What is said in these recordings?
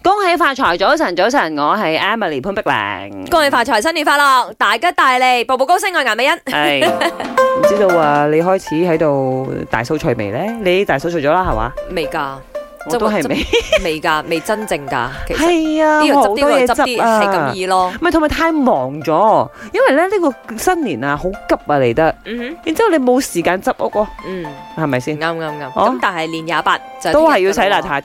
恭喜發財！早晨，早晨，我係 Emily 潘碧玲。恭喜發財，新年快樂，大吉大利，步步高升，我係顏美欣。係唔知道話你開始喺度大掃除未咧？你大掃除咗啦，係嘛？未㗎，我都係未。未㗎， 未真正㗎。啊 其實係啊，呢樣我執好啲，多嗰嘢啊樣執啲，係咁易咯。唔係，同埋太忙咗，因為咧呢個新年啊，好急啊嚟得，嗯哼然之後你冇時間執屋咯，嗯，係咪啱先？啱啱。哦咁但係年廿八就都係要洗聽日邋㗎啦遢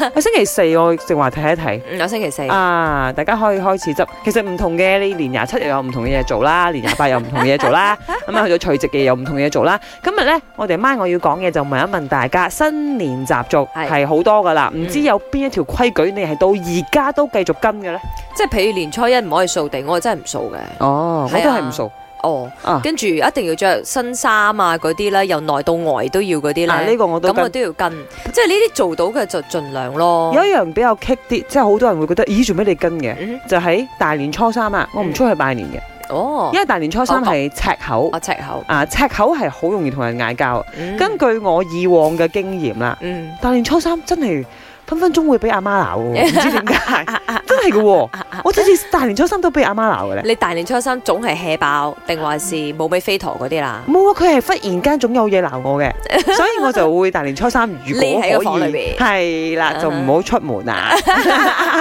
嘅。 我星期四我正話睇一睇。喎。嗯，有星期四。啊！大家可以開始執，其實唔同嘅，你年廿七又有唔同嘅嘢做啦，年廿八又唔同嘅嘢做 啦，咁啊去到除夕嘅又唔同嘅嘢做啦。今日呢，我哋晚我要講嘅就問一問大家，新年習俗係係好多噶啦，唔嗯知有邊一條規矩你係到而家都繼續跟嘅呢？即係譬如年初一唔可以掃地，我真係唔掃嘅。哦，我係啊都係唔熟哦，啊！跟住一定要着新衫啊，嗰啲咧，由內到外都要嗰嗱，啲呢咧。個我都咁我跟。啊都要跟，即係呢啲做到嘅就盡量咯。有一樣比較棘啲，即係好多人會覺得，咦，做咩你跟嘅？嗯就喺大年初三啊，我唔出去拜年嘅，哦因，為大年初三哦哦係赤口我赤口。啊，赤口係好容易同人嗌交。嗯根據我以往嘅經驗啦，嗯。大年初三真係分分鐘會俾阿媽鬧 嘅喎，唔知點解，真係嘅喎。我真係大年初三都俾阿媽鬧嘅咧。你大年初三總係 hea 爆，定還是冇尾飛陀嗰啲啦？冇啊！佢係忽然間總有嘢鬧 我嘅，所以我就會大年初三如果匿喺個房可裏以邊嗯係啦，就唔好出門啊。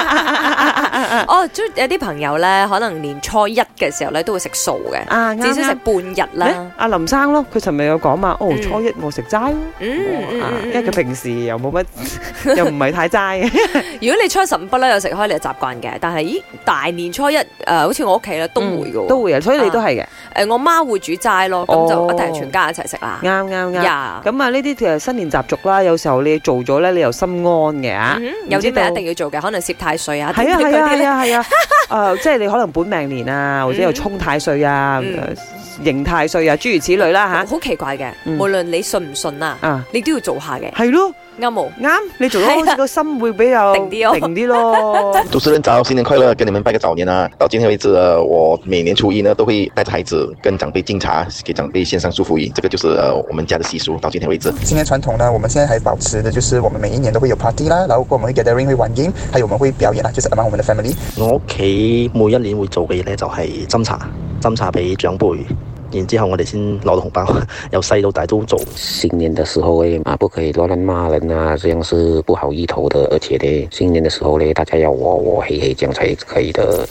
哦，即有啲朋友咧，可能年初一嘅時候咧都會食素嘅，啊，至少食啱半日啱誒啦。阿林生咯，佢尋日有講嘛，哦嗯初一我食齋咯，嗯嗯啊嗯因為佢嗯，平時又冇乜， 又唔係太齋嘅。如果你初十五不嬲有食開，你就習慣嘅。但係咦，大年初一誒、呃好似我屋企啦， 都會嘅嗯喎。都會啊，所以你都係嘅，誒我媽會煮齋咯，咁就哦一定係全家一齊食啦。啱啱啱。呀，咁啊，呢啲就係新年習俗啦。有時候你做咗咧，你又心安嘅啊。嗯有啲唔知道咩一定要做嘅，可能攝太歲啊，係啊係等等啊係嗰啲咧。啊係 啊，誒，即係你可能本命年啊，或者有沖太歲啊、嗯呃刑太歲啊，諸如此類啦好奇怪嘅，嗯無論你信唔信啊，吓。啊，你都要做下嘅，係咯，啱冇？啱，你做咗好似個心會比較定啲咯定啲 咯。主持人早，新年快乐，跟你们拜个早年啊！到今天为止，呃我每年初一呢都会带着孩子跟长辈敬茶，给长辈献上祝福语，这个就是呃我们家的习俗。到今天为止。今年传统呢，我们现在还保持的就是我们每一年都会有 party 啦，然后我们会 gathering 会玩 game，还有我们会表演啦，就是 among 我们的 family。我屋企每一年會做嘅嘢咧，就係斟茶，斟茶俾長輩，然之後我哋先攞到紅包， 由細到大都做。新年的时候嘞啊，不可以乱乱骂人啊，这样是不好意头的。而且嘞，新年的时候嘞，大家要我我嘿嘿，这样才可以的。